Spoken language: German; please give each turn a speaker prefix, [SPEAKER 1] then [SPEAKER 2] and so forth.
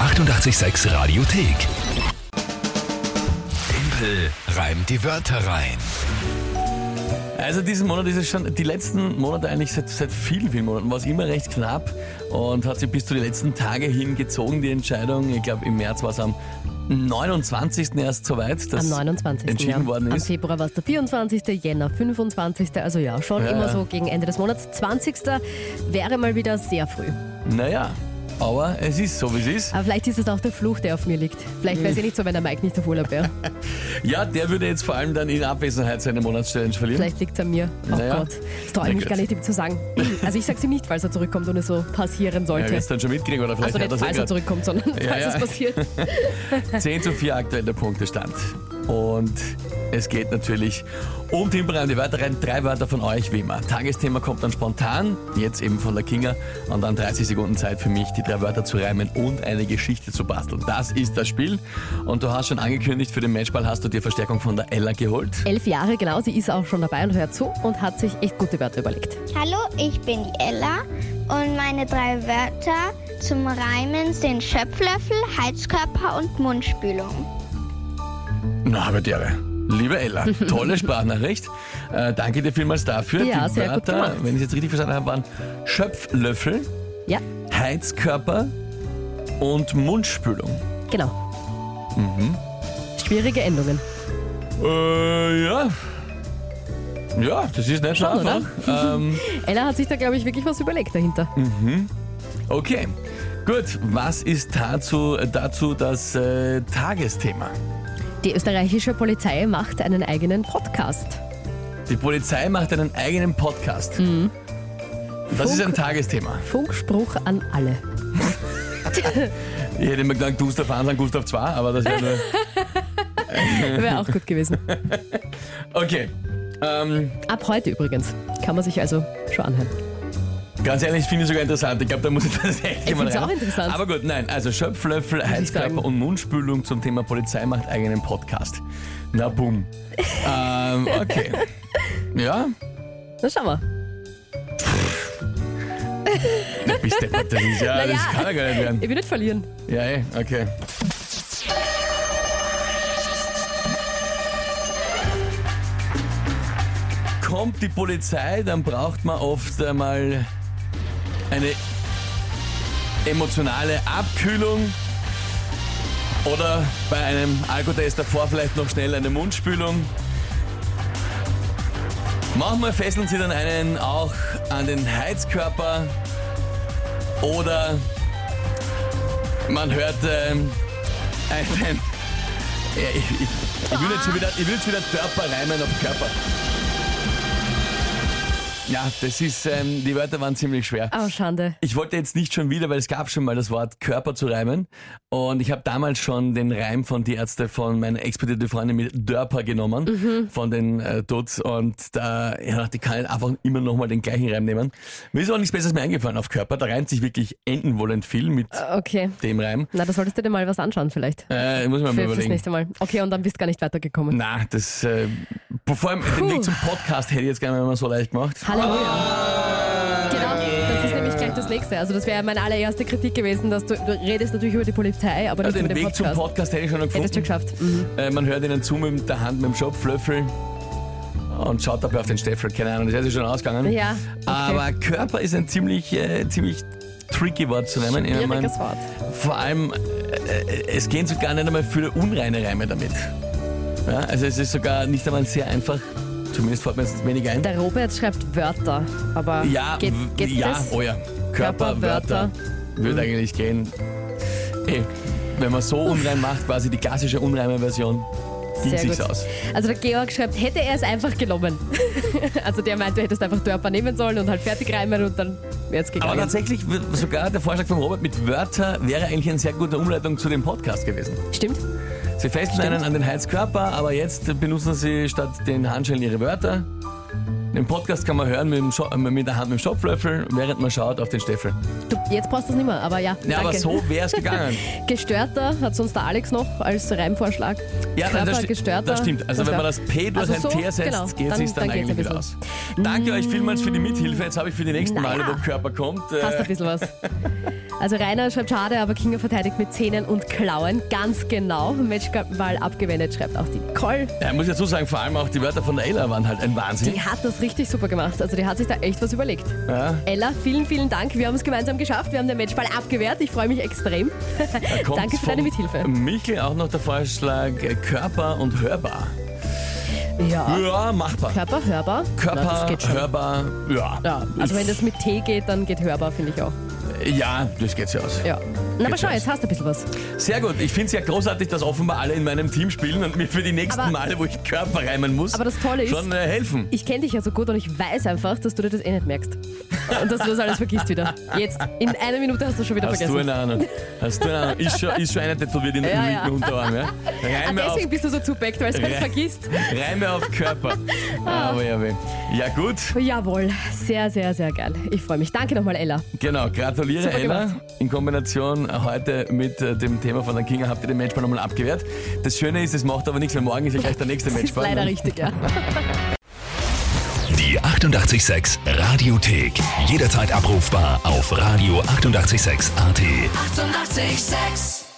[SPEAKER 1] 886 Radiothek. Tempel reimt die Wörter rein.
[SPEAKER 2] Also diesen Monat ist es schon, die letzten Monate eigentlich seit, seit vielen, vielen Monaten war es immer recht knapp und hat sich bis zu den letzten Tage hingezogen, die Entscheidung. Ich glaube, im März war es am 29. erst soweit, dass
[SPEAKER 3] Am 29.
[SPEAKER 2] entschieden
[SPEAKER 3] ja.
[SPEAKER 2] worden
[SPEAKER 3] Am
[SPEAKER 2] ist.
[SPEAKER 3] Februar war es der 24. Jänner, 25. Also ja, schon
[SPEAKER 2] Ja,
[SPEAKER 3] immer
[SPEAKER 2] ja.
[SPEAKER 3] so gegen Ende des Monats. 20. wäre mal wieder sehr früh.
[SPEAKER 2] Naja, aber es ist so, wie es ist.
[SPEAKER 3] Aber vielleicht ist es auch der Fluch, der auf mir liegt. Vielleicht
[SPEAKER 2] Mhm.
[SPEAKER 3] wäre es ja nicht so, wenn der Mike nicht auf Urlaub wäre.
[SPEAKER 2] Ja, der würde jetzt vor allem dann in Abwesenheit seine Monatschallenge verlieren.
[SPEAKER 3] Vielleicht liegt es an mir. Oh
[SPEAKER 2] Naja.
[SPEAKER 3] Gott, das traue
[SPEAKER 2] Na
[SPEAKER 3] ich mich
[SPEAKER 2] gut.
[SPEAKER 3] gar nicht, ihm zu sagen. Also ich sag's ihm nicht, falls er zurückkommt und es so passieren
[SPEAKER 2] Ja,
[SPEAKER 3] sollte.
[SPEAKER 2] wirst dann schon mitkriegen oder vielleicht
[SPEAKER 3] also nicht,
[SPEAKER 2] hat
[SPEAKER 3] falls er
[SPEAKER 2] das eh
[SPEAKER 3] zurückkommt, sondern
[SPEAKER 2] Ja,
[SPEAKER 3] falls
[SPEAKER 2] ja.
[SPEAKER 3] es passiert.
[SPEAKER 2] 10 zu 4 aktuell der Punktestand. Und es geht natürlich um Tim Brand. Die weiteren drei Wörter von euch, wie immer. Tagesthema kommt dann spontan, jetzt eben von der Kinga. Und dann 30 Sekunden Zeit für mich, die drei Wörter zu reimen und eine Geschichte zu basteln. Das ist das Spiel. Und du hast schon angekündigt, für den Matchball hast du dir Verstärkung von der Ella geholt.
[SPEAKER 3] Elf Jahre genau, sie ist auch schon dabei und hört zu und hat sich echt gute Wörter überlegt.
[SPEAKER 4] Hallo, ich bin die Ella und meine drei Wörter zum Reimen sind Schöpflöffel, Heizkörper und Mundspülung.
[SPEAKER 2] Na, aber Dere. Liebe Ella, tolle Sprachnachricht. Äh, danke dir vielmals dafür.
[SPEAKER 3] Ja,
[SPEAKER 2] die
[SPEAKER 3] sehr gut
[SPEAKER 2] Wörter,
[SPEAKER 3] gemacht.
[SPEAKER 2] wenn ich es jetzt richtig verstanden habe, waren Schöpflöffel,
[SPEAKER 3] Ja,
[SPEAKER 2] Heizkörper und Mundspülung.
[SPEAKER 3] genau.
[SPEAKER 2] Mhm.
[SPEAKER 3] Schwierige Endungen.
[SPEAKER 2] Äh, ja. Ja, das ist nicht so
[SPEAKER 3] Schon,
[SPEAKER 2] einfach. Ähm,
[SPEAKER 3] Ella hat sich da, glaube ich, wirklich was überlegt dahinter.
[SPEAKER 2] okay. Gut, was ist dazu, dazu das äh, Tagesthema?
[SPEAKER 3] Die österreichische Polizei macht einen eigenen Podcast.
[SPEAKER 2] Die Polizei macht einen eigenen Podcast. Das ist ein
[SPEAKER 3] Mhm. Funk-
[SPEAKER 2] Tagesthema.
[SPEAKER 3] Funkspruch an alle.
[SPEAKER 2] Ich hätte immer gedacht, Gustav 1 an Gustav 2, aber das wäre nur...
[SPEAKER 3] Wäre auch gut gewesen.
[SPEAKER 2] Okay. Ähm,
[SPEAKER 3] Ab heute übrigens. Kann man sich also schon anhören.
[SPEAKER 2] ganz ehrlich, ich finde es sogar interessant. Ich glaube, da muss ich das echt jemand
[SPEAKER 3] find's auch
[SPEAKER 2] rein.
[SPEAKER 3] interessant.
[SPEAKER 2] Aber gut, nein. Also Schöpflöffel,
[SPEAKER 3] sagen.
[SPEAKER 2] Heizkörper und Mundspülung zum Thema Polizei macht eigenen Podcast. Na bumm. ähm, okay. Ja,
[SPEAKER 3] Na schauen wir.
[SPEAKER 2] Na, bist du, das ist ja,
[SPEAKER 3] Na ja.
[SPEAKER 2] das kann ja gar nicht werden.
[SPEAKER 3] Ich will nicht verlieren.
[SPEAKER 2] Ja, eh, okay. Kommt die Polizei, dann braucht man oft einmal eine emotionale Abkühlung oder bei einem Alkotest davor vielleicht noch schnell eine Mundspülung. Manchmal fesseln sie dann einen auch an den Heizkörper oder man hört ähm, einen. Ja, ich, ich, ich will jetzt schon wieder, ich will jetzt wieder Körper reimen auf Körper. Ja, das ist, ähm, die Wörter waren ziemlich schwer.
[SPEAKER 3] Oh, Schande.
[SPEAKER 2] Ich wollte jetzt nicht schon wieder, weil es gab schon mal das Wort Körper zu reimen. Und ich habe damals schon den Reim von Die Ärzte von meiner expedierte Freundin mit Dörper genommen, von den äh, Dudes. Und da ja, dachte ich, kann ich einfach immer nochmal den gleichen Reim nehmen. Mir ist auch nichts Besseres mehr eingefallen auf Körper. Da reimt sich wirklich endenwollend viel mit
[SPEAKER 3] Okay.
[SPEAKER 2] dem Reim.
[SPEAKER 3] Na, da solltest du dir mal was anschauen vielleicht.
[SPEAKER 2] Äh, muss ich mir mal
[SPEAKER 3] Für, fürs
[SPEAKER 2] überlegen.
[SPEAKER 3] nächste Mal. Okay, und dann bist du gar nicht weitergekommen.
[SPEAKER 2] Na, das, äh, vor allem den Link zum Podcast hätte ich jetzt gar nicht mehr so leicht gemacht. Ah,
[SPEAKER 3] Halleluja. Genau, das ist nämlich gleich das nächste. Also das wäre meine allererste Kritik gewesen, dass du, du redest natürlich über die Polizei, aber
[SPEAKER 2] Ja,
[SPEAKER 3] nicht
[SPEAKER 2] den
[SPEAKER 3] über
[SPEAKER 2] Weg
[SPEAKER 3] den
[SPEAKER 2] zum
[SPEAKER 3] Podcast.
[SPEAKER 2] Podcast hätte ich schon noch
[SPEAKER 3] Hättest du
[SPEAKER 2] gefunden.
[SPEAKER 3] geschafft. Mhm.
[SPEAKER 2] Äh, man hört ihnen zu mit der Hand, mit dem Schopflöffel und schaut dabei auf den Steffel. Keine Ahnung, das ist schon ausgegangen.
[SPEAKER 3] Ja, okay.
[SPEAKER 2] Aber Körper ist ein ziemlich, äh, ziemlich tricky Wort zu reimen. Ich mein,
[SPEAKER 3] Schwieriges Wort.
[SPEAKER 2] vor allem, äh, es gehen sogar nicht einmal viele unreine Reime damit. Ja, also es ist sogar nicht einmal sehr einfach. Zumindest fällt mir jetzt wenig ein.
[SPEAKER 3] Der Robert schreibt Wörter, aber
[SPEAKER 2] Ja,
[SPEAKER 3] geht,
[SPEAKER 2] w-
[SPEAKER 3] geht
[SPEAKER 2] ja,
[SPEAKER 3] das?
[SPEAKER 2] oh ja.
[SPEAKER 3] Körperwörter. Hm.
[SPEAKER 2] Körperwörter. Würde eigentlich gehen. Eh, wenn man so unrein macht, quasi die klassische unreime Version, ging
[SPEAKER 3] Sehr
[SPEAKER 2] sich's
[SPEAKER 3] gut.
[SPEAKER 2] aus.
[SPEAKER 3] Also der Georg schreibt, hätte er es einfach genommen. also der meint, du hättest einfach Dörper nehmen sollen und halt fertig reimen und dann wäre es
[SPEAKER 2] Aber
[SPEAKER 3] gegangen.
[SPEAKER 2] tatsächlich, w- sogar der Vorschlag von Robert mit Wörter wäre eigentlich eine sehr gute Umleitung zu dem Podcast gewesen.
[SPEAKER 3] Stimmt?
[SPEAKER 2] Sie fesseln einen an den Heizkörper, aber jetzt benutzen sie statt den Handschellen ihre Wörter. Den Podcast kann man hören mit, dem Scho- äh, mit der Hand mit dem Schopflöffel, während man schaut auf den Steffel.
[SPEAKER 3] Du, jetzt brauchst du es nicht mehr, aber ja.
[SPEAKER 2] Ja,
[SPEAKER 3] danke.
[SPEAKER 2] aber so wäre es gegangen.
[SPEAKER 3] Gestörter hat sonst der Alex noch als Reimvorschlag.
[SPEAKER 2] Ja, nein, das, sti-
[SPEAKER 3] Körpergestörter.
[SPEAKER 2] das stimmt. Also
[SPEAKER 3] Das
[SPEAKER 2] wenn man
[SPEAKER 3] war-
[SPEAKER 2] das P durch
[SPEAKER 3] Also
[SPEAKER 2] ein
[SPEAKER 3] so,
[SPEAKER 2] T ersetzt,
[SPEAKER 3] genau,
[SPEAKER 2] geht
[SPEAKER 3] dann-
[SPEAKER 2] es sich dann,
[SPEAKER 3] dann geht's
[SPEAKER 2] eigentlich
[SPEAKER 3] ein
[SPEAKER 2] wieder aus. Danke euch vielmals für die Mithilfe. Jetzt habe ich für die nächsten
[SPEAKER 3] Naja.
[SPEAKER 2] Male, wo Körper kommt.
[SPEAKER 3] Hast ein
[SPEAKER 2] Äh,
[SPEAKER 3] bisschen was. Also Rainer schreibt schade, aber Kinga verteidigt mit Zähnen und Klauen. Ganz genau. Matchball abgewendet, schreibt auch die Call.
[SPEAKER 2] Ja, ich muss ja so sagen, vor allem auch die Wörter von der Ella waren halt ein Wahnsinn.
[SPEAKER 3] Die hat das richtig super gemacht. Also die hat sich da echt was überlegt.
[SPEAKER 2] Ja,
[SPEAKER 3] Ella, vielen, vielen Dank. Wir haben es gemeinsam geschafft. Wir haben den Matchball abgewehrt. Ich freue mich extrem.
[SPEAKER 2] da kommt
[SPEAKER 3] Danke für
[SPEAKER 2] von
[SPEAKER 3] deine Mithilfe.
[SPEAKER 2] Michel auch noch der Vorschlag äh, Körper und hörbar.
[SPEAKER 3] Ja.
[SPEAKER 2] Ja, machbar.
[SPEAKER 3] Körper hörbar. Ah. Na, das
[SPEAKER 2] Körper,
[SPEAKER 3] geht schon.
[SPEAKER 2] hörbar, ja.
[SPEAKER 3] Ja, also wenn das mit T geht, dann geht hörbar, finde ich auch.
[SPEAKER 2] Ja, das geht sich aus.
[SPEAKER 3] Ja. Na, aber
[SPEAKER 2] Geht's
[SPEAKER 3] schau,
[SPEAKER 2] aus.
[SPEAKER 3] jetzt hast du ein bisschen was.
[SPEAKER 2] Sehr gut. Ich finde es ja großartig, dass offenbar alle in meinem Team spielen und mir für die nächsten
[SPEAKER 3] Aber-
[SPEAKER 2] Male, wo ich Körper reimen muss,
[SPEAKER 3] Aber das Tolle ist-
[SPEAKER 2] schon äh, helfen.
[SPEAKER 3] Ich kenne dich ja so gut und ich weiß einfach, dass du dir das eh nicht merkst. Und dass du das alles vergisst wieder. Jetzt, in einer Minute hast du es schon wieder
[SPEAKER 2] Hast du
[SPEAKER 3] vergessen.
[SPEAKER 2] eine Ahnung? Hast du eine Ahnung? Ist schon, ist schon einer tätowiert in
[SPEAKER 3] Ja,
[SPEAKER 2] im
[SPEAKER 3] ja.
[SPEAKER 2] linken Unterarm, ja?
[SPEAKER 3] Ah,
[SPEAKER 2] Reime auf,
[SPEAKER 3] deswegen bist du so zupackt, weil du es
[SPEAKER 2] Re-
[SPEAKER 3] vergisst.
[SPEAKER 2] Reime auf Körper.
[SPEAKER 3] Ah.
[SPEAKER 2] Aber ja, weh. ja gut,
[SPEAKER 3] Jawohl, sehr, sehr, sehr geil. Ich freue mich. Danke nochmal, Ella.
[SPEAKER 2] genau. Gratuliere
[SPEAKER 3] Super
[SPEAKER 2] Ella.
[SPEAKER 3] gemacht.
[SPEAKER 2] In Kombination heute mit äh, dem Thema von der Kinga habt ihr den Matchball nochmal abgewehrt. Das Schöne ist, es macht aber nichts, weil morgen ist ja gleich der nächste
[SPEAKER 3] Das ist
[SPEAKER 2] Matchball. ne?
[SPEAKER 3] leider richtig, ja.
[SPEAKER 1] Die 886 Radiothek. Jederzeit abrufbar auf radio886.at. 886!
[SPEAKER 5] 886